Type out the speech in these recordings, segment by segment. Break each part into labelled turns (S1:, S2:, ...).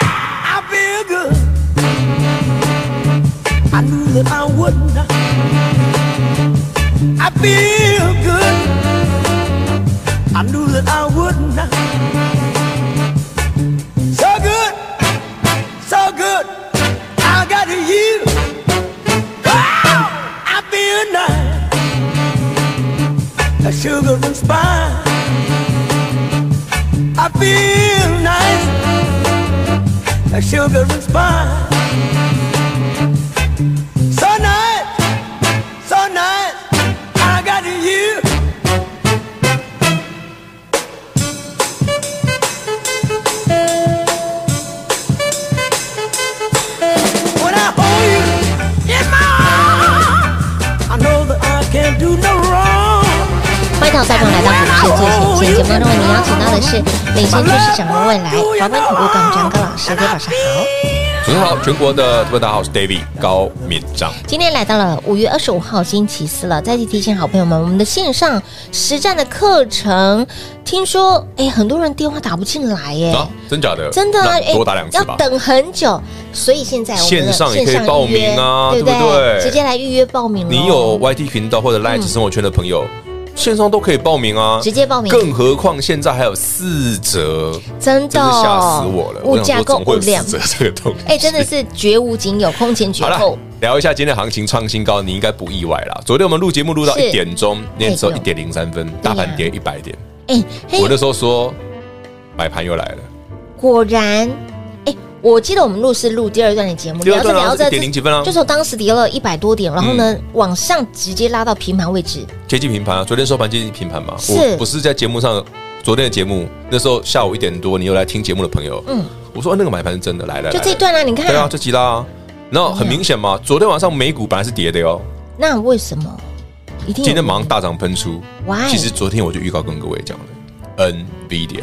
S1: I feel good. I knew that I would not. I feel good. I knew that I would not. So good, so good. I got to you. Wow, I feel nice. A sugar and spice. I feel nice a sugar and spice. So nice, so nice, I got you. When I hold you in my arms, I know that I can do no wrong.
S2: 欢迎大众来到股市最前线节目当中，为您邀请到的是领先趋势掌握未来华冠投顾高张高老师，各位早上好。
S3: 主持人好，全国的特别大家好，我是 David 高敏章。
S2: 今天来到了五月二十五号星期四了，再次提醒好朋友们，我们的线上实战的课程，听说哎，很多人电话打不进来耶。
S3: 啊，真假的？
S2: 哎真的啊，
S3: 那
S2: 哎
S3: 多打两次吧
S2: 要。等很久，所以现在我们的
S3: 线上也可以
S2: 线
S3: 报名啊
S2: 预约对
S3: 对不对
S2: 直接来预约报名咯。
S3: 你有 YT 频道或者 Light 生活圈的朋友，线上都可以报名啊，
S2: 嗯直接报名
S3: 更何况现在还有四折，
S2: 真的哦
S3: 真是吓死我了！
S2: 物
S3: 我想
S2: 价
S3: 说，怎
S2: 够
S3: 么会
S2: 物
S3: 有
S2: 量
S3: 四，折这个东西？
S2: 哎，真的是绝无仅有，空前绝
S3: 好
S2: 后
S3: 了。，聊一下今天行情创新高，你应该不意外啦。昨天我们录节目录到
S2: 是
S3: 一点钟，那时候
S2: 哎
S3: 一
S2: 对
S3: 点零三分，大盘跌一百点，
S2: 哎，嘿
S3: 我那时候说买盘又来了，
S2: 果然，哎，我记得我们录是录第二段的节目，
S3: 第二段啊
S2: 聊着聊着
S3: 1.0几分啊嗯
S2: 就从当时跌了一百多点，然后呢，往上直接拉到平盘位置，
S3: 接近平盘啊，昨天收盘接近平盘嘛。
S2: 是
S3: 我不是在节目上，昨天的节目那时候下午一点多，你又来听节目的朋友，
S2: 嗯
S3: 嗯，我说、啊那个买盘是真的，来来来，
S2: 就这段啊，嗯你
S3: 来对啊，
S2: 看，
S3: 就急啦、啊。然后很明显嘛，昨天晚上美股本来是跌的哟，
S2: 那为什么？一定有哎
S3: 今天马上大涨喷出
S2: Why？。
S3: 其实昨天我就预告跟各位讲了，NVIDIA，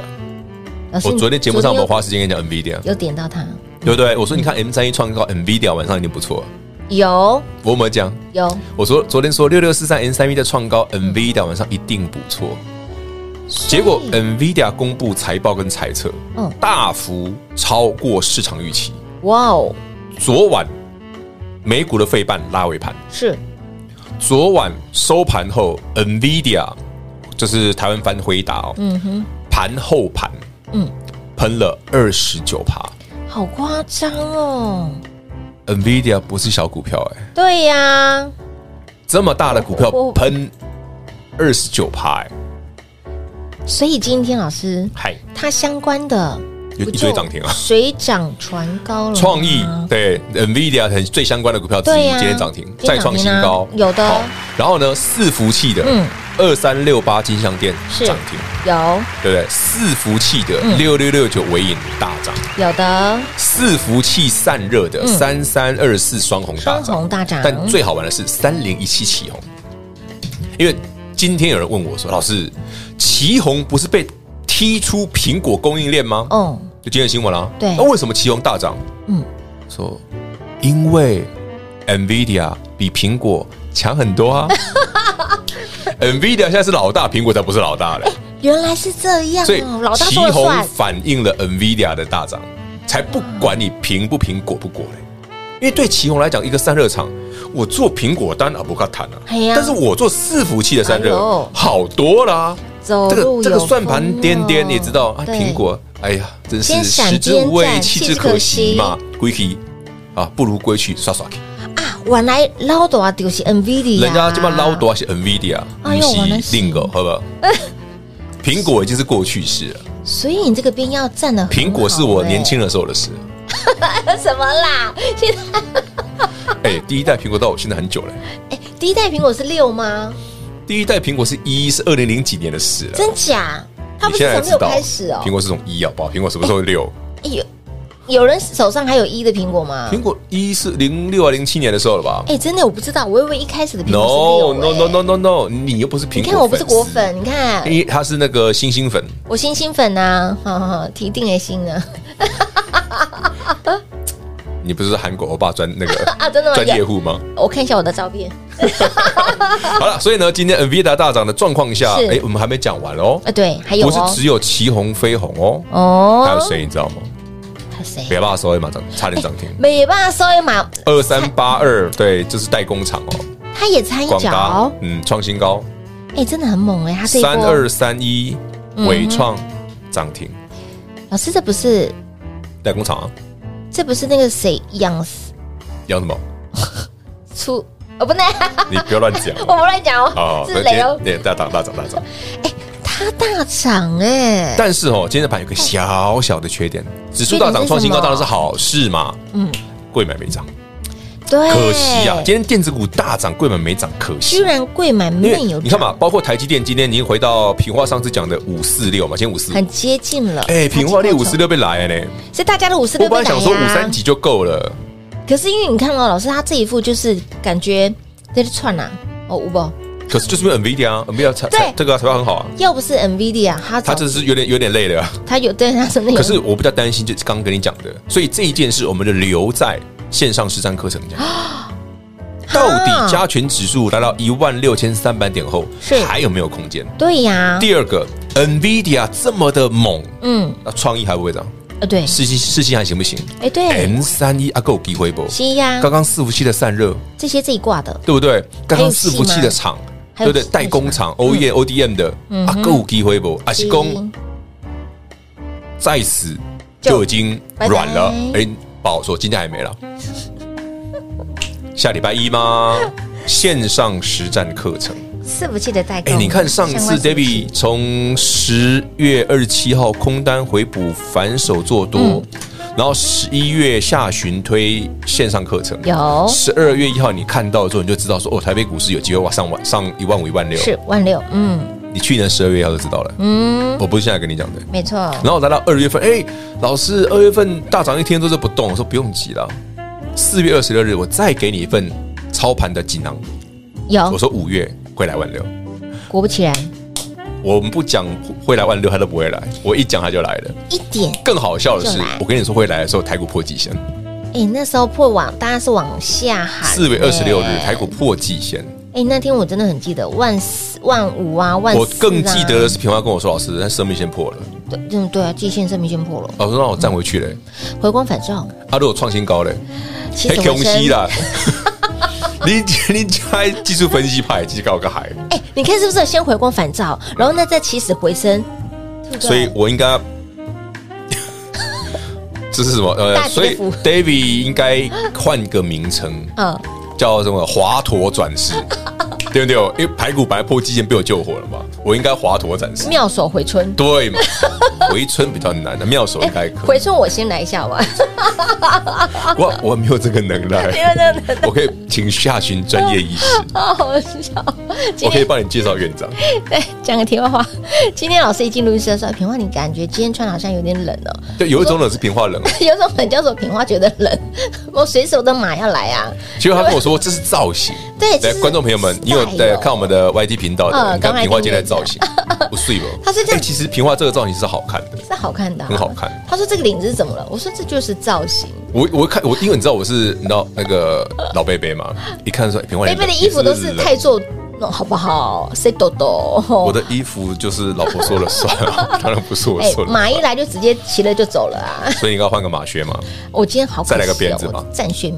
S2: 老师
S3: 我
S2: 你
S3: 昨天节目上
S2: 昨
S3: 我
S2: 天
S3: 花时间跟你讲 NVIDIA，
S2: 有有点到它，
S3: 对不对？我说你看 M 三一创高，NVIDIA 晚上一定不错。
S2: 有
S3: 我有没有讲？
S2: 有，
S3: 我说昨天说六六四三 N 三一的创高，NVIDIA
S2: 嗯
S3: 晚上一定不错。结果
S2: 所以
S3: NVIDIA 公布财报跟财测，
S2: 嗯
S3: 大幅超过市场预期。
S2: 哇哦，
S3: 昨晚美股的费半拉尾盘，
S2: 是
S3: 昨晚收盘后，NVIDIA 就是台湾翻回答哦，
S2: 嗯哼，
S3: 盘后盘，
S2: 嗯
S3: 嗯，喷了二十九趴。
S2: 好夸张哦。
S3: NVIDIA 不是小股票哎、
S2: 对呀、
S3: 这么大的股票
S2: 我
S3: 喷二十九趴哎，
S2: 所以今天老师
S3: 嗨，
S2: 它相关的
S3: 有
S2: 不
S3: 一
S2: 就
S3: 堆涨停啊
S2: 水涨船高了吗。
S3: 创意对 NVIDIA 很最相关的股票
S2: 嗯
S3: 之
S2: 对
S3: 一，
S2: 呀
S3: 今天涨停
S2: 今天
S3: 再创新高
S2: 涨，停啊有的
S3: 好然后呢，伺服器的
S2: 嗯
S3: 二三六八金像店
S2: 是
S3: 涨停，
S2: 有
S3: 对不对？伺服器的
S2: 嗯
S3: 六六六九尾影大涨，
S2: 有的
S3: 伺服器散热的
S2: 嗯
S3: 三三二四双红
S2: 双
S3: 大
S2: 红
S3: 涨，
S2: 大涨，
S3: 但最好玩的是三零一七起红，因为今天有人问我说，老师，旗红不是被踢出苹果供应链吗？
S2: 哦
S3: 就今天的新闻啦、啊。
S2: 对
S3: 那为什么旗宏大涨？
S2: 嗯
S3: 嗯，说因为 Nvidia 比苹果强很 多啊。Nvidia 现在是老大，苹果才不是老大嘞。
S2: 原来是这样
S3: 所以
S2: 哦，老大
S3: 旗
S2: 说了
S3: 宏
S2: 算，
S3: 反映了 Nvidia 的大涨，才不管你苹不苹果不果嘞。因为对旗宏来讲，一个散热厂，我做苹果单啊不卡谈啊
S2: 哎呀，
S3: 但是我做伺服器的散
S2: 哎
S3: 热
S2: 呦
S3: 好多啦。
S2: 走
S3: 这
S2: 路
S3: 个这个
S2: 哦有
S3: 算盘
S2: 风
S3: 颠颠，
S2: 哦
S3: 你也知道啊？
S2: 对
S3: 苹果，哎呀，真
S2: 先
S3: 是
S2: 闪
S3: 食之无味
S2: 边，战
S3: 弃之可惜嘛，归去啊，不如归去刷刷去。
S2: 啊，晚来捞多啊，就是 NVIDIA，
S3: 人家这边捞多是 NVIDIA，不
S2: 哎呦我能
S3: 是
S2: 死
S3: 另个，好不好？苹果已经是过去式了，
S2: 所以你这个边要站的
S3: 苹果是我年轻的时候的事。
S2: 什么啦？现在
S3: 哎，第一代苹果到我现在很久了，
S2: 哎，第一代苹果是六吗？
S3: 第一代苹果是一是二零零几年的事了。
S2: 真假？它
S3: 你
S2: 不
S3: 现
S2: 是
S3: 在
S2: 从
S3: 才知
S2: 六
S3: 道
S2: 开始哦
S3: 苹。果是从一好不好？苹果什么时候六？
S2: 哎呦，有人手上还有一的苹果吗？
S3: 苹果一是零六啊零七年的时候了吧
S2: 哎、真的我不知道，我以为一开始的苹
S3: ？No
S2: 果是六、
S3: no no
S2: 欸。
S3: no no no，你又不是苹果，嗯
S2: 你看我不是果，粉，你看
S3: 因为他是那个星星粉，
S2: 我星星粉呐、啊，哈哈，提定的星呢
S3: 你不是韩国欧巴专 那个
S2: 啊，真的吗
S3: 专？业户吗？
S2: 我看一下我的照片
S3: 好了，所以呢，今天 Nvidia 大涨的状况下，
S2: 是
S3: 哎，我们还没讲完哦
S2: 啊，，对，还有
S3: 不是
S2: 哦，
S3: 只有旗红飞红哦，
S2: 哦，
S3: 还有谁你知道吗？
S2: 还有谁？
S3: 别把收一马涨，差点涨停，
S2: 美霸收一马，
S3: 二三八二，对，这是代工厂哦，
S2: 他也参一脚，
S3: 嗯，创新高，
S2: 哎、真的很猛哎、他这一
S3: 三
S2: 波，嗯
S3: 二三一，伟创涨停，
S2: 老师这不是
S3: 代工厂啊，
S2: 这不是那个谁养死
S3: 要什么？
S2: 出？哦，不对，
S3: 你不要乱讲
S2: 我不乱讲哦
S3: 哦，，
S2: 是雷欧，
S3: 对，大涨大涨大涨。
S2: 他大涨哎、
S3: 但是哦，今天的盘有个小小的缺点，指数大
S2: 缺点
S3: 涨
S2: 是
S3: 创新高
S2: 什么
S3: 当然是好事嘛，
S2: 嗯，哎
S3: 贵买没涨，
S2: 对，
S3: 可惜啊，今天电子股大涨，贵买没涨，可惜
S2: 居。然贵买
S3: 因
S2: 没
S3: 为
S2: 有，
S3: 你看嘛，，包括台积电今天已经回到平话上次讲的五四六嘛，今天五四，
S2: 很接近了，
S3: 哎，平话那
S2: 六
S3: 五四六被来了呢，
S2: 是大家的五十
S3: 我
S2: 六
S3: 本
S2: 倍
S3: 来想说五三级就够了，
S2: 可是因为你看哦，老师他这一副就是感觉在这串啊，哦，五宝，
S3: 可是就是因为 NVIDIA 啊，NVIDIA 才才
S2: 对
S3: 这个财报很好啊，
S2: 要不是 NVIDIA，他啊
S3: 它
S2: 早
S3: 这是有点有点累了啊。
S2: 他有对他真的有，
S3: 可是我比较担心，就是刚刚跟你讲的，所以这一件事我们就留在线上实战课程讲。
S2: 啊
S3: 到底加权指数来到一万六千三百点后
S2: 是，
S3: 还有没有空间？
S2: 对呀、
S3: 第二个，NVIDIA 这么的猛，
S2: 嗯，
S3: 那创意还会不会涨？
S2: 呃，对，
S3: 世新世新还行不行
S2: 哎、啊对，
S3: ？M 三一啊，够有机会不？
S2: 西呀、
S3: 刚刚伺服器的散热，
S2: 这些自己挂的，
S3: 对不对？刚刚伺服
S2: 还有戏
S3: 器
S2: 吗
S3: 的厂，
S2: 还
S3: 对
S2: 有
S3: 不对？
S2: 戏
S3: 代工厂 E OEM、ODM 的
S2: 嗯
S3: 啊
S2: 哼，
S3: 够有机会不？啊，是工
S2: 西
S3: 在此
S2: 就
S3: 就已经软了
S2: 拜。拜
S3: 哎，宝说今天还 没了，下礼拜一吗？线上实战课程，
S2: 伺服器的代
S3: 哎，
S2: 工。
S3: 你看上
S2: 哦相
S3: 次
S2: 关伺服器
S3: Debbie 从十月二十七号空单回补反手做
S2: 嗯
S3: 多，然后十一月下旬推线上课程，
S2: 有
S3: 十二月一号你看到之后你就知道说哦，台北股市有机会往上往上一万五一万六，
S2: 是万六，嗯
S3: 你去年十二月一号就知道了，
S2: 嗯，
S3: 我不是现在跟你讲的。
S2: 没错，
S3: 然后来到二月份，哎，老师，二月份大涨一天都是不动，我说不用急了。四月二十六日，我再给你一份操盘的锦囊。我
S2: 有，
S3: 说五月会来万六，
S2: 果不其然，
S3: 我们不讲会来万六，他都不会来。我一讲他就来了。
S2: 一点，
S3: 更好笑的是
S2: 就来，
S3: 我跟你说会来的时候，台股破季线。
S2: 哎，那时候破网，大家是往下喊。
S3: 四月二十六日，
S2: 哎
S3: 台股，破季线。
S2: 哎，那天我真的很记得万四、万五啊，万四啊
S3: 我更记得的，是，平花跟我说，老师，那生命线破了。
S2: 对嗯，对啊，季线、生命线破了，
S3: 老师让我站回去嘞。
S2: 回光返照，
S3: 啊，如果创新高嘞，
S2: 起
S3: 太
S2: 死
S3: 恭
S2: 回
S3: 喜
S2: 生。
S3: 啦！ 你你家技术分析派，技高个海。
S2: 哎，你看是不是先回光返照，然后呢再起死回生？对不对
S3: 嗯
S2: 啊
S3: 所以我应该，这是什么？
S2: 大
S3: 呃，
S2: 吉
S3: 所以
S2: 福
S3: David 应该换个名称，
S2: 嗯，
S3: 叫什么“华佗转世”，对不对？因为排骨白破基线被我救活了嘛，我应该华佗转世，
S2: 妙手回春。
S3: 对嘛？回春比较难的，妙手应该可
S2: 哎回
S3: 以。
S2: 春我先来一下吧。
S3: 我我没有这个能
S2: 没
S3: 耐，
S2: 有真的
S3: 我可以请下询专业医师，
S2: 好 好笑。今
S3: 我可以
S2: 天
S3: 帮你介绍院长。
S2: 对 讲个题外话，今天老师一进录音室的时候，平花，你感觉今天穿好像有点冷哦，
S3: 对，有一种冷是平化冷，
S2: 有种冷叫做平花觉得冷， 我随手的马要来啊。
S3: 结果他跟我说这是造型。
S2: 对，
S3: 来
S2: 这，是
S3: 观众朋友们，你有
S2: style
S3: 在看我们的 YT 频道的？
S2: 嗯
S3: 你
S2: 赶
S3: 看
S2: 快
S3: 平花
S2: 订
S3: 今
S2: 阅
S3: 天的造型， 不睡吧？
S2: 他是这样
S3: 哎其实平花这个造型是好看的。
S2: 是好看的啊、
S3: 很好看
S2: 他说这个领子是怎么了？我说这就是造型。
S3: 我我看我，因为你知道我是你知道那个老贝贝嘛，一看说哎平花
S2: 贝
S3: 你
S2: 贝的
S3: 冷
S2: 衣服都
S3: 你
S2: 是
S3: 冷
S2: 太做弄好不好？谁抖抖？
S3: 我的衣服就是老婆说了算 啊，当然不是我
S2: 哎
S3: 说，了
S2: 马一
S3: 算。
S2: 来就直接骑了就走了啊！
S3: 所以你要换个马靴嘛，
S2: 我今天好可惜、哦，
S3: 再来个辫子吧
S2: 我战靴。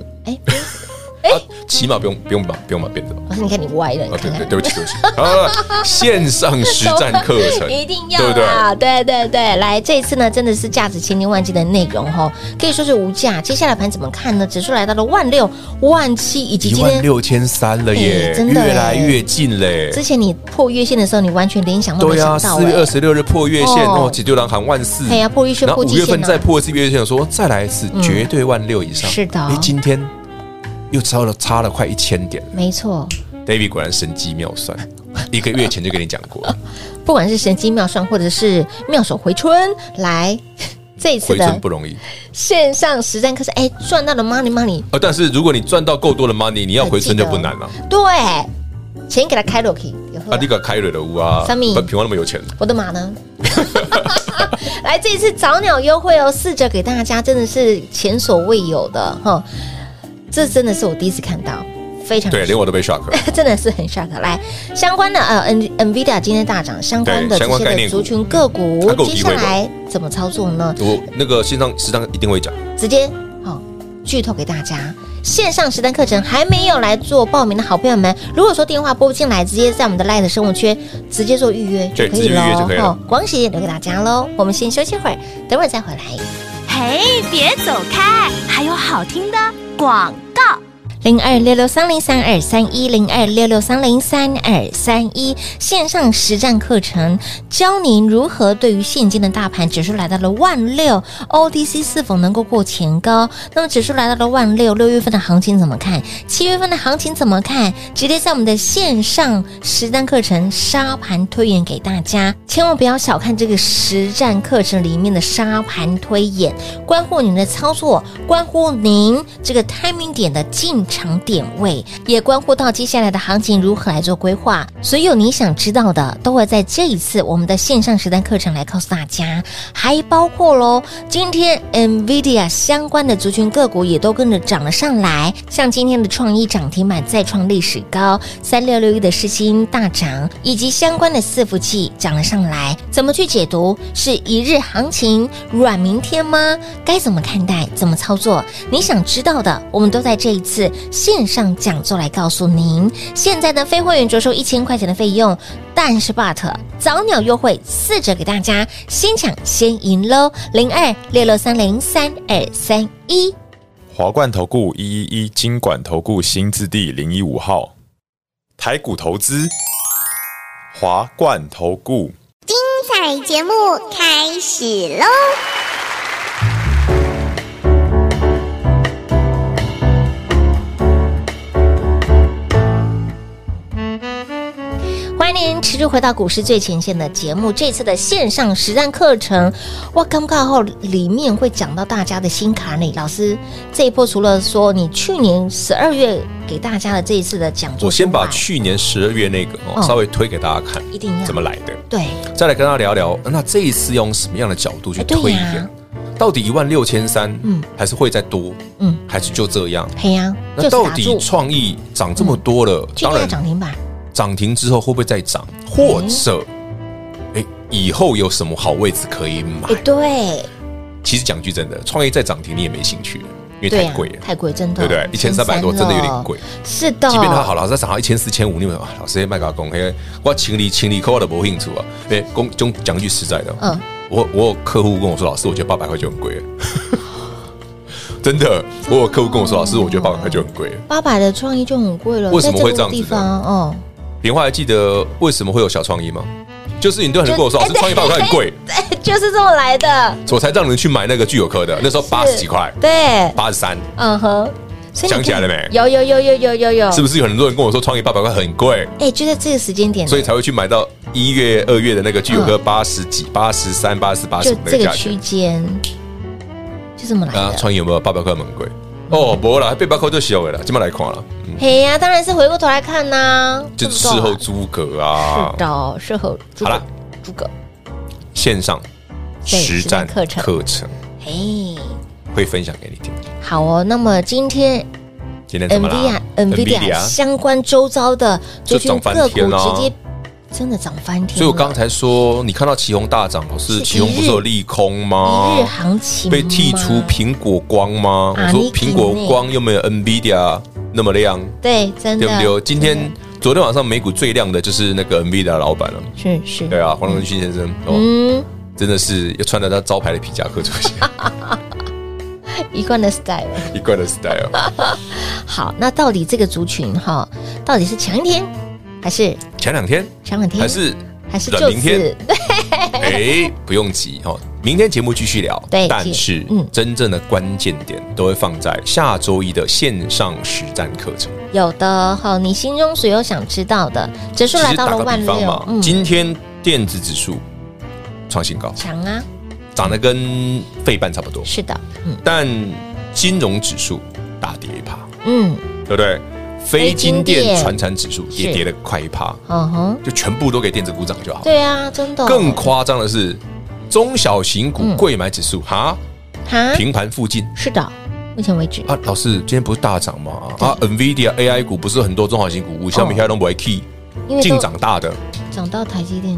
S2: 哎、
S3: 啊，起码不用不用把不用把辫子嘛。
S2: 老师你看你歪 了，你
S3: 啊，对
S2: 看
S3: 对
S2: 看。
S3: 对不起对不起。好了，线上实战课 程
S2: 一定要
S3: 对不对？
S2: 啊！对对对，来这一次呢，真的是价值千金万金的内容哦，可以说是无价。接下来盘怎么看呢？指数来到了万六、万七，以及
S3: 一
S2: 今
S3: 万
S2: 天
S3: 六千三了耶
S2: 哎，真的
S3: 越来
S2: 哎
S3: 越近嘞。
S2: 之前你破月线的时候，你完全联想都没
S3: 对啊，
S2: 想到
S3: 四月
S2: 哎
S3: 二十六日破月线，
S2: 哦
S3: 哦，解救狼喊万四，
S2: 哎呀破月线
S3: 然后
S2: 破
S3: 五
S2: 季
S3: 月
S2: 线
S3: 份
S2: 啊
S3: 再破一次月线，说再来一次，
S2: 嗯
S3: 绝对万六以上。
S2: 是的
S3: 哎，今天又超了差了快一千点了。
S2: 没错，
S3: David 果然神机 妙算，一个月前就跟你讲过了，
S2: 不管是神机妙算，或者是妙手回春，来
S3: 你
S2: 这一次
S3: 回春
S2: 的
S3: 不容易。
S2: 线上实战课程，哎，赚到了 money money，
S3: 呃，但是如果你赚到够多的 money，你要回春就不 难了。
S2: 对，钱给他开落去，有后
S3: 啊，你个开瑞的屋啊，
S2: 什么
S3: 不平花那么 有钱，
S2: 我的马呢？来，这一次早鸟优惠哦，四折给大家，真的是前所未有的哈，这真的是我第一次看到，非常
S3: 对，连我都被 shock 了。
S2: 真的是很 shock。来，相关的呃，N Nvidia 今天大涨，相关的这
S3: 对相关
S2: 些
S3: 概
S2: 的
S3: 念股
S2: 族群个股
S3: 它，够
S2: 接
S3: 机
S2: 下
S3: 会吗
S2: 来怎么操作呢？
S3: 我那个线上实战一定会讲，
S2: 直接好、哦、剧透给大家。线上实战课程还没有来做报名的好朋友们，如果说电话拨不进来，直接在我们的 Light 生活圈直接做预约就
S3: 对
S2: 可以
S3: 直接预约
S2: 喽
S3: 就可以了
S2: 哦光时间留给大家喽。我们先休息会儿，等会儿再回来。
S4: 嘿，别走开，还有好听的广告。
S2: 零二六六三零三二三一零二六六三零三二三一线上实战课程，教您如何对于现今的大盘指数来到了万六，OTC 是否能够过前高？那么指数来到了万六，六月份的行情怎么看？七月份的行情怎么看？直接在我们的线上实战课程沙盘推演给大家，千万不要小看这个实战课程里面的沙盘推演，关乎您的操作，关乎您这个 timing 点的进场点位，也关乎到接下来的行情如何来做规划。所有你想知道的，都会在这一次我们的线上实战课程来告诉大家，还包括喽，今天 NVIDIA 相关的族群个股也都跟着涨了上来，像今天的创意涨停板再创历史高，三六六一的世新大涨，以及相关的伺服器涨了上来，怎么去解读？是一日行情软明天吗？该怎么看待？怎么操作？你想知道的，我们都在这一次线上讲座来告诉您。现在呢，非会员着收一千块钱的费用，但是 but 早鸟优惠四折给大家，先抢先赢喽！零二六六三零三二三一。
S5: 华冠投顾一一一金管投顾新字第零一五号，台股投资，华冠投顾。
S6: 彩节目开始喽！
S2: 欢迎您持续回到股市最前线的节目。这次的线上实战课程，哇，刚刚后里面会讲到大家的心坎里。老师，这一波除了说你去年十二月给大家的这一次的讲座之外，
S3: 我先把去年十二月那个哦
S2: 嗯
S3: 稍微推给大家看，
S2: 一定要
S3: 怎么来的，
S2: 对
S3: 再来跟大家聊聊。那这一次要用什么样的角度去
S2: 哎对呀
S3: 推演？到底一万六千三，
S2: 嗯
S3: 嗯，还是会再多，
S2: 嗯
S3: 嗯，还是就这样？
S2: 黑羊就
S3: 那
S2: 是
S3: 到
S2: 打
S3: 底
S2: 住，嗯
S3: 创意涨这么多了，
S2: 去
S3: 当
S2: 年
S3: 然
S2: 涨停板
S3: 涨停之后会不会再涨，或者哎以后有什么好位置可以买
S2: 哎？，对，
S3: 其实讲句真的，创意再涨停你也没兴趣了，因为
S2: 对
S3: 太
S2: 啊
S3: 贵了，
S2: 太贵，真的，
S3: 对不对？一千三百多真的有点贵
S2: 了。。是的，
S3: 即便它好，老师涨到一千四千五，你们啊，老师卖给我讲，嘿，我请你请你扣我的没兴趣啊。哎，公中讲句实在的，
S2: 嗯
S3: 嗯，我我有客户跟我说，老师，我觉得八百块就很贵了， 真的，我有客户跟我说，老师，我觉得八百块就很贵了。
S2: 八百的创意就很贵了，
S3: 为什么会
S2: 在个
S3: 这样子
S2: 地
S3: 呢
S2: 方哦，
S3: 莲花还记得为什么会有小创意吗？就是哎你对很多人跟我说，老师，创意八百块很贵，
S2: 对，哎就是这么来的，
S3: 我才让人去买那个聚友科的，那时候八十几块，
S2: 对，
S3: 八十三，
S2: 嗯哼，所以你
S3: 想起来
S2: 看
S3: 了没
S2: 有有有有有有有，
S3: 是不是有很多人跟我说创意八百块很贵？
S2: 哎、就在这个时间点呢，
S3: 所以才会去买到一月、二月的那个聚友科八十几、八十三、八十八
S2: 就
S3: 什么
S2: 这
S3: 那个
S2: 个
S3: 价钱
S2: 区。间，就这么来
S3: 啊，
S2: 的。
S3: 创意有没有八百块很贵？哦，无啦，八百块就小的啦，今麦来看啦，嗯，
S2: 嘿呀、当然是回过头来看呐、
S3: 就
S2: 对不
S3: 事
S2: 对
S3: 后诸葛啊
S2: 是，的，事后诸葛
S3: 好啦
S2: 诸葛，
S3: 线上
S2: 对
S3: 实
S2: 实战
S3: 战
S2: 课
S3: 课
S2: 程
S3: 程
S2: 嘿，
S3: 会分享给你听。
S2: 好哦。那么今天
S3: 今天怎么啦
S2: NVIDIA NVIDIA
S3: 啊
S2: 相关周遭的这
S3: 就
S2: 群
S3: 涨翻
S2: 个股
S3: 天啊
S2: 直接真的涨翻天了，
S3: 所以我刚才说，你看到旗宏大涨，老
S2: 是
S3: 师，旗宏不是有利空吗
S2: 一日？行情
S3: 哦被剔除
S2: 吗，
S3: 苹果光吗？
S2: 啊你
S3: 我说苹果
S2: 挺欸
S3: 光又没有 NVIDIA 啊那么亮，
S2: 对，真的
S3: 对不对？今天昨天晚上美股最亮的就是那个 NVIDIA 的老板了，
S2: 是是，
S3: 对啊，黄仁勋先生，哦，
S2: 嗯，
S3: 真的是又穿着他招牌的皮夹克出现，
S2: 一贯的 style。
S3: 一贯的 style。
S2: 好，那到底这个族群哈，到底是强一天，还是
S3: 前两天
S2: 强两天，
S3: 还是
S2: 还是
S3: 等
S2: 就
S3: 明天
S2: 此？对，
S3: 哎，不用急哦，明天节目继续聊。
S2: 对
S3: 但
S2: 姐
S3: 是
S2: 嗯
S3: 真正的关键点都会放在下周一的线上实战课程。
S2: 有的哈，你心中所有想知道的，指数
S3: 其
S2: 来
S3: 实
S2: 到
S3: 打
S2: 了
S3: 个
S2: 万嗯
S3: 比方
S2: 六
S3: 嘛，，今天电子指数创新高，
S2: 强啊，
S3: 涨得跟费半差不多，
S2: 是的，嗯
S3: 但金融指数大跌一趴，
S2: 嗯，
S3: 对不对？非
S2: 非金
S3: 金
S2: 电
S3: 电传产指数也
S2: 是
S3: 跌了快一趴，
S2: 哦哼，
S3: 就全部都给电子股涨就好了。
S2: 对啊，真的
S3: 更夸张的是，中小型股
S2: 嗯
S3: 贵买指数哈
S2: 哈，
S3: 平盘附近
S2: 是的，目前为止
S3: 啊，老师今天不是大涨吗？
S2: 嗯
S3: 啊，NVIDIA AI 股不是很多中小型股，像米开龙不会 key
S2: 哦因为都
S3: 净涨大的，
S2: 涨到台积电，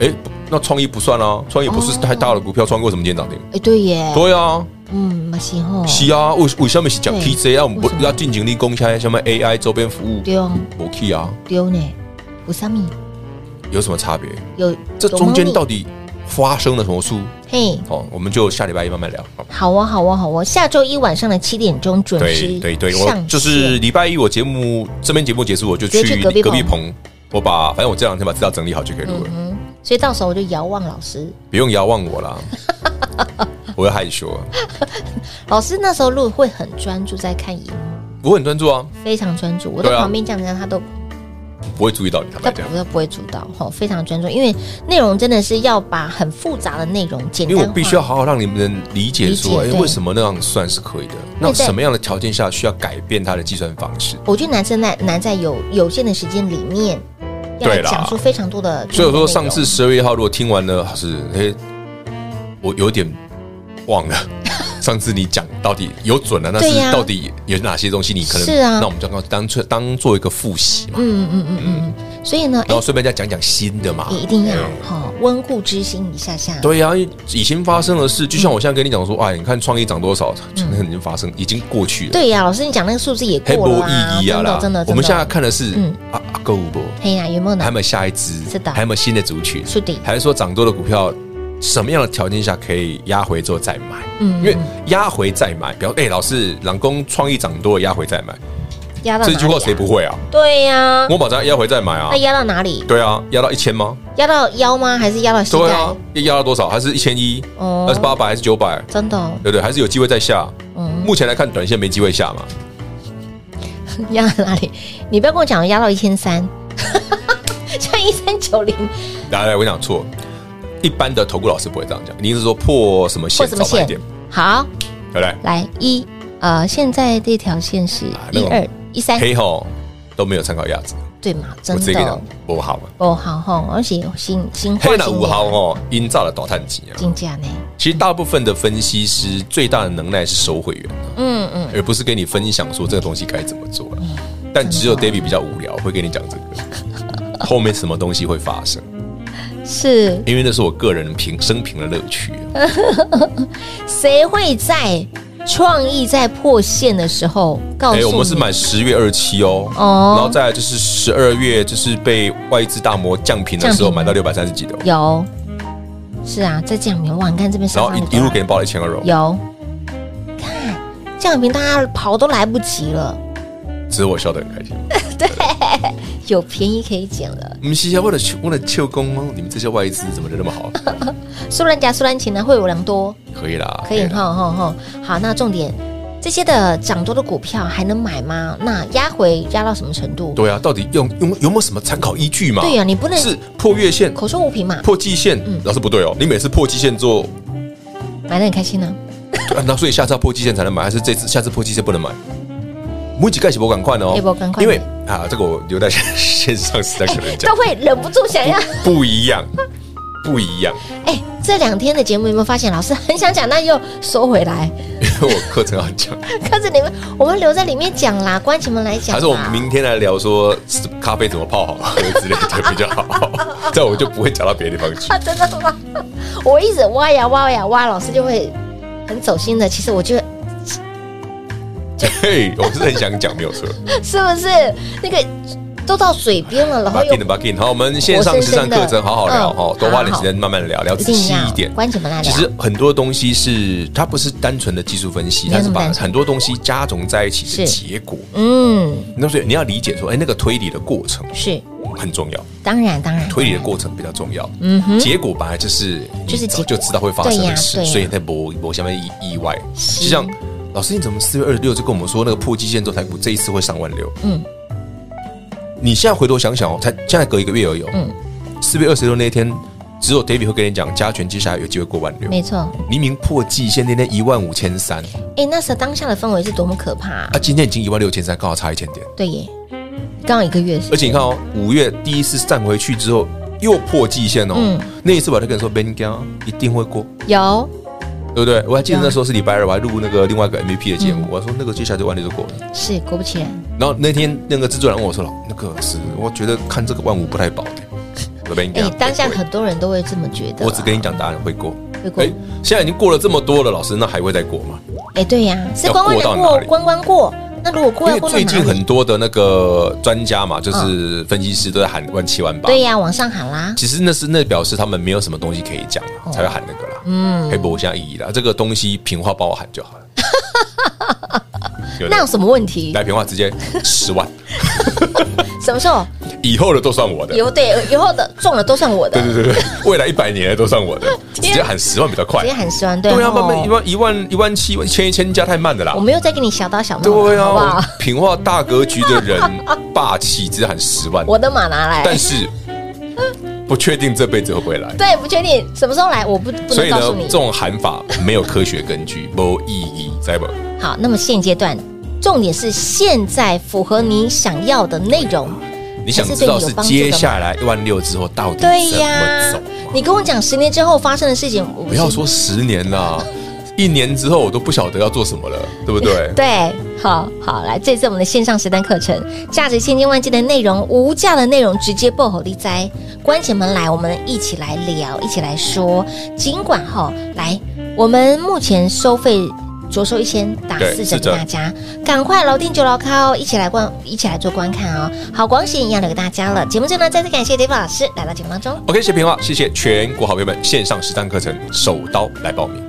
S3: 哎，不那创意不算啊，创意不
S2: 哦
S3: 是太大的股票，创意为什么今天涨停？
S2: 哎，对耶，
S3: 对啊，
S2: 嗯，马西后
S3: 是啊，为为什么是讲
S2: 对
S3: KJ 啊？我们
S2: 为
S3: 不
S2: 什么
S3: 要进行力攻下什么 AI 周边服务，
S2: 对哦
S3: 我 key 啊，
S2: 丢呢，五三米
S3: 有什么差别？
S2: 有
S3: 这中间到
S2: 底
S3: 底发生了什么事？
S2: 嘿。
S3: 哦，我们就下礼拜一慢慢聊。
S2: 好
S3: 好
S2: 哦，好哦，好哦！下周一晚上的七点钟准时
S3: 对对对，我
S2: 上线
S3: 就是礼拜一我节目这边节目结束，我就
S2: 直接
S3: 去
S2: 去隔壁
S3: 隔壁
S2: 棚
S3: 棚，我把反正我这两天把资料整理好就可以录了，
S2: 嗯，所以到时候我就遥望老师。
S3: 不用遥望我 啦，我会害羞啊，
S2: 老师那时候录会很专注在看荧幕，
S3: 我很专注啊，
S2: 非常专注。我在
S3: 对啊
S2: 旁边这样子，他都
S3: 不会注意到你，坦
S2: 他
S3: 白
S2: 不
S3: 讲，
S2: 他不会主导，吼，非常专注。因为内容真的是要把很复杂的内容简
S3: 因
S2: 单
S3: 为
S2: 化，
S3: 我必须要好好让你们理解说，
S2: 理
S3: 哎
S2: 解，对
S3: 为什么那样算是可以的？那
S2: 对对
S3: 什么样的条件下需要改变它的计算方式？
S2: 我觉得男生在难在有有限的时间里面，要
S3: 对啦
S2: 讲出非常多的。
S3: 所以我说上
S2: 内
S3: 次
S2: 容
S3: 十二月一号如果听完了是，哎，我有点忘 了。上次你讲到底有准了、啊那
S2: 对
S3: 是
S2: 呀
S3: 到底有哪些东西你可能？
S2: 是啊
S3: 那我们就当当做当做一个复习嘛，
S2: 嗯嗯嗯嗯嗯，所以呢，
S3: 然
S2: 哎
S3: 后，顺便再讲讲新的嘛
S2: 也。一定要
S3: 哎
S2: 哈温故知新一下下。
S3: 对呀、因为已经发生的事，就像我现在跟你讲说，哎，你看创意涨多少，真的已经发生，已经过去了，
S2: 嗯对呀，老师你讲那个数字也
S3: 嘿，
S2: 过
S3: 没
S2: 了啊，
S3: 意义啊
S2: 真
S3: 啦
S2: 的。真的。
S3: 我
S2: 真
S3: 们
S2: 的
S3: 现在看的是
S2: 嗯
S3: 啊啊够不？
S2: 嘿呀，有没有
S3: 还
S2: 呢
S3: 有？没有下一支？
S2: 是的
S3: 还有没有新的族群？
S2: 是的
S3: 还是说涨多的股票，什么样的条件下可以压回之后再买？
S2: 嗯
S3: 因为压回再买，比如哎，老师，朗工创意涨多了压回再买，
S2: 压到
S3: 这
S2: 哪
S3: 句话
S2: 里
S3: 谁
S2: 啊？哎
S3: 不会啊？
S2: 对呀，
S3: 我保证压回再买啊
S2: 那。压到哪里？
S3: 对啊，压到一千吗？
S2: 压到腰吗？还是压到膝
S3: 对
S2: 盖
S3: 啊？，要压到多少？还是一千一？
S2: 哦
S3: 还是八百？还是九百？
S2: 真的哦，
S3: 对不对？还是有机会再下？
S2: 嗯，
S3: 目前来看，短线没机会下嘛。
S2: 压到哪里？你不要跟我讲压到一千三， 像一三九零
S3: 来来，我讲错，一般的投顾老师不会这样讲，你是说破什么
S2: 或
S3: 线
S2: 什么
S3: 早买
S2: 线
S3: 一点，？
S2: 好，
S3: 对不对？
S2: 来一呃，现在这条线是
S3: 啊那
S2: 一
S3: 种
S2: 二一三，
S3: 黑吼都没有参考价值，
S2: 对嘛？
S3: 我
S2: 真
S3: 直接跟你
S2: 的
S3: 讲不好啊嘛。
S2: 哦，好吼，而且新新
S3: 黑
S2: 换
S3: 了
S2: 新
S3: 五号哦，营造了导弹机啊。
S2: 金价呢？
S3: 其实大部分的分析师最大的能耐是收会员啊，
S2: 嗯嗯，
S3: 而不是跟你分享说这个东西该怎么做啊。但只有 David 比较无聊，会跟你讲这个 后面什么东西会发生，
S2: 是
S3: 因为那是我个人平生平的乐趣啊。
S2: 谁会在创意在破线的时候告诉你？
S3: 我哎们是买十月二七哦，
S2: 哦
S3: 然后再来就是十二月就是被外资大摩降平的时
S2: 降
S3: 候
S2: 平
S3: 买到六百三十几的哦，
S2: 有，是啊，在降平哇，你看这边
S3: 然
S2: 上
S3: 后
S2: 上
S3: 一一路给你报了一千二哦，
S2: 啊有，看降平大家跑都来不及了，
S3: 只是我笑得很开心。
S2: 有便宜可以捡了。
S3: 我们西夏为了为了秋公哦，你们这些外资怎么人那么好？啊
S2: 苏兰夹苏兰琴呢，啊会有良多，
S3: 可以啦，
S2: 可以
S3: 啦
S2: 哈哈哈。好，那重点。这些的涨多的股票还能买吗？那压回压到什么程度？
S3: 对啊，到底用用有没有什么参考依据嘛？
S2: 对啊呀、你不能
S3: 是破月线、
S2: 口说嗯无凭嘛，
S3: 破季线，老师不对哦。你每次破季线做，
S2: 买的很开心呢、
S3: 对啊那所以下次要破季线才能买，还是这次下次破季线不能买？母鸡盖起不赶快哦
S2: 哎不赶，快
S3: 因为啊，这个我留在线上实在可能 讲
S2: 都会啊忍不住想要。
S3: 不一样，不一样。
S2: 哎、这两天的节目有没有发现，老师很想讲，但又收回来？
S3: 因为我课程要讲，
S2: 看着你们，我们留在里面讲啦，关起门来讲啦。
S3: 还是我们明天来聊说咖啡怎么泡好 喝之类的比较好，这样我就不会讲到别的地方 去。
S2: 啊，真的吗？我一直挖呀挖呀挖，老师就会很走心的。其实我觉得
S3: 嘿，我是很想讲，没有错。
S2: 是不是那个都到嘴边了，然后
S3: 把
S2: 又
S3: 劲的把劲，好，我们线上
S2: 活
S3: 时
S2: 生
S3: 尚
S2: 生的
S3: 课程好好聊
S2: 嗯
S3: 哦，多花点时间慢慢聊，聊
S2: 一
S3: 仔
S2: 定
S3: 细
S2: 要
S3: 一点。
S2: 关起门来
S3: 其
S2: 聊。
S3: 实很多东西是它不是单纯的技术分析，
S2: 没有
S3: 它
S2: 那
S3: 是
S2: 么
S3: 把
S2: 单纯
S3: 很多东西加总在一起的
S2: 是
S3: 结果。
S2: 嗯，
S3: 那所以你要理解说，哎，那个推理的过程
S2: 是，
S3: 很重要，
S2: 当然当然，
S3: 推理的过程比较重要。
S2: 嗯哼，
S3: 结果本来就是
S2: 就
S3: 你
S2: 是
S3: 早
S2: 结
S3: 就知道会发生的事
S2: 对呀对，呀
S3: 所以在博博下面意意外，就像老师你怎么四月二十六就跟我们说那个破基线之后台股这一次会上万六？
S2: 嗯，
S3: 你现在回头想想哦，才现在隔一个月而已、哦，
S2: 嗯
S3: 嗯，四月二十六那一天只有 David 会跟你讲，加权接下来有机会过万六。
S2: 没错。
S3: 明明破季线那天一万五千三，
S2: 哎，那时候当下的氛围是多么可怕、
S3: 啊，今天已经一万六千三，刚好差一千点。
S2: 对耶，刚好一个月时间，
S3: 而且你看哦，五月第一次站回去之后又破季线哦。
S2: 嗯
S3: 那一次我就跟你说 b e n g a 一定会过，
S2: 有
S3: 对不对？我还记得那时候是礼拜二，我还录那个另外一个
S2: 嗯
S3: MVP 的节目，我还说那个接下来就万六就过了。
S2: 是果不其然，
S3: 然后那天那个制作人问我说：“老那个是，我觉得看这个万五不太保的。”我跟你
S2: 哎
S3: 讲，，
S2: 当下很多人都会这么觉得啦。
S3: 我只跟你讲答案会过。
S2: 会过
S3: 哎，现在已经过了这么多了，老师，那还会再过吗？
S2: 哎，对呀，是
S3: 要
S2: 关关的
S3: 过到
S2: 过
S3: 哪，里
S2: 关关过。那如果过
S3: 因
S2: 要
S3: 为
S2: 过到嗯
S3: 最近
S2: 哪里
S3: 很多的那个专家嘛，就是分析师都在喊万七万八。
S2: 对呀，往上喊啦。
S3: 其实那是那表示他们没有什么东西可以讲
S2: 哦
S3: 啊，才会喊那个啦。嗯，黑博下意义啦，这个东西平话帮我喊就 好了。有的
S2: 那有什么问题？
S3: 来平话直接十万，
S2: 什么时候
S3: 以后的都算我的。
S2: 有对以后的中了都算我的
S3: 对，对对对， 未来一百年的都算我 的，
S2: 啊
S3: 直接喊十万比较快
S2: 直接。喊十万对
S3: 对啊，
S2: 吼
S3: 慢慢一万一万一万七一千一千加太慢的啦
S2: 我。没有再给你小刀小闹，
S3: 对
S2: 好不
S3: 啊
S2: 好？，
S3: 平话大格局的人霸气，只喊十万，
S2: 我的马拿来
S3: 但，是不确定这辈子会不会来。
S2: 对，不确定什么时候来，我不不
S3: 所以
S2: 能
S3: 呢
S2: 告诉，你
S3: 这。种喊法没有科学根据，没意义，在不？
S2: 好，那么现阶段重点是现在符合你想要的内容。
S3: 你想知道
S2: 还
S3: 是
S2: 是对你有帮助的吗
S3: 接下来一万六之后到底怎
S2: 对
S3: 么
S2: 呀
S3: 走？，啊
S2: 你跟我讲十年之后发生的事情，我？
S3: 不要说十年啦，一年之后我都不晓得要做什么了，对不对
S2: 对，好好来，这次我们的线上实单课程，价值千金万金的内容，无价的内容，直接爆吼力哉！关起门来，我们一起来聊，一起来说。尽管哈，来，我们目前收费。着收一千打
S3: 对
S2: 四折
S3: 四
S2: 给
S3: 折
S2: 大家，赶快楼定九楼靠，一起来观，一起来做观看哦。好，光喜一样留给大家了。节目最后呢，再次感谢 David 老师来到节目当中。
S3: OK，谢平话，谢谢全国好朋友们线上实战课程手刀来报名。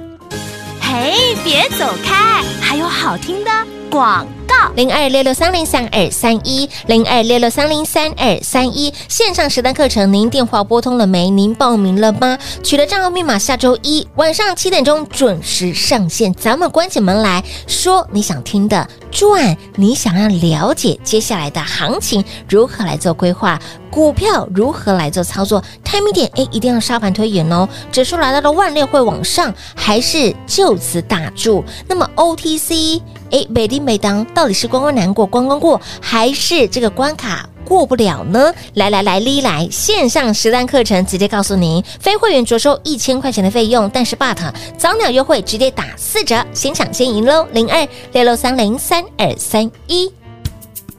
S4: 嘿，别走开，还有好听的广告。
S2: 零二六六三零三二三一零二六六三零三二三一线上实单课程，您电话拨通了没？您报名了吗？取得账号密码，下周一晚上七点钟准时上线。咱们关起门来说你想听的，赚你想要了解接下来的行情如何来做规划。股票如何来做操作？timing 点，哎，一定要沙盘推演哦。指数来到了万六会往上，还是就此打住？那么 OTC，哎，美丁美当到底是关关难过关关过，还是这个关卡？过不了呢？来来来，哩来线上实战课程直接告诉您，非会员着收一千块钱的费用，但是 but 早鸟优惠直接打四折，先抢先赢喽！零二六六三零三二三一。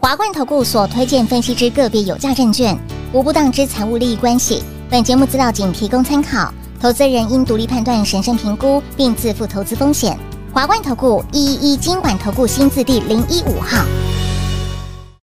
S6: 华冠投顾所推荐分析之个别有价证券，无不当之财务利益关系。本节目资料仅提供参考，投资人应独立判断、审慎评估，并自负投资风险。华冠投顾一一一金管投顾新字第零一五号。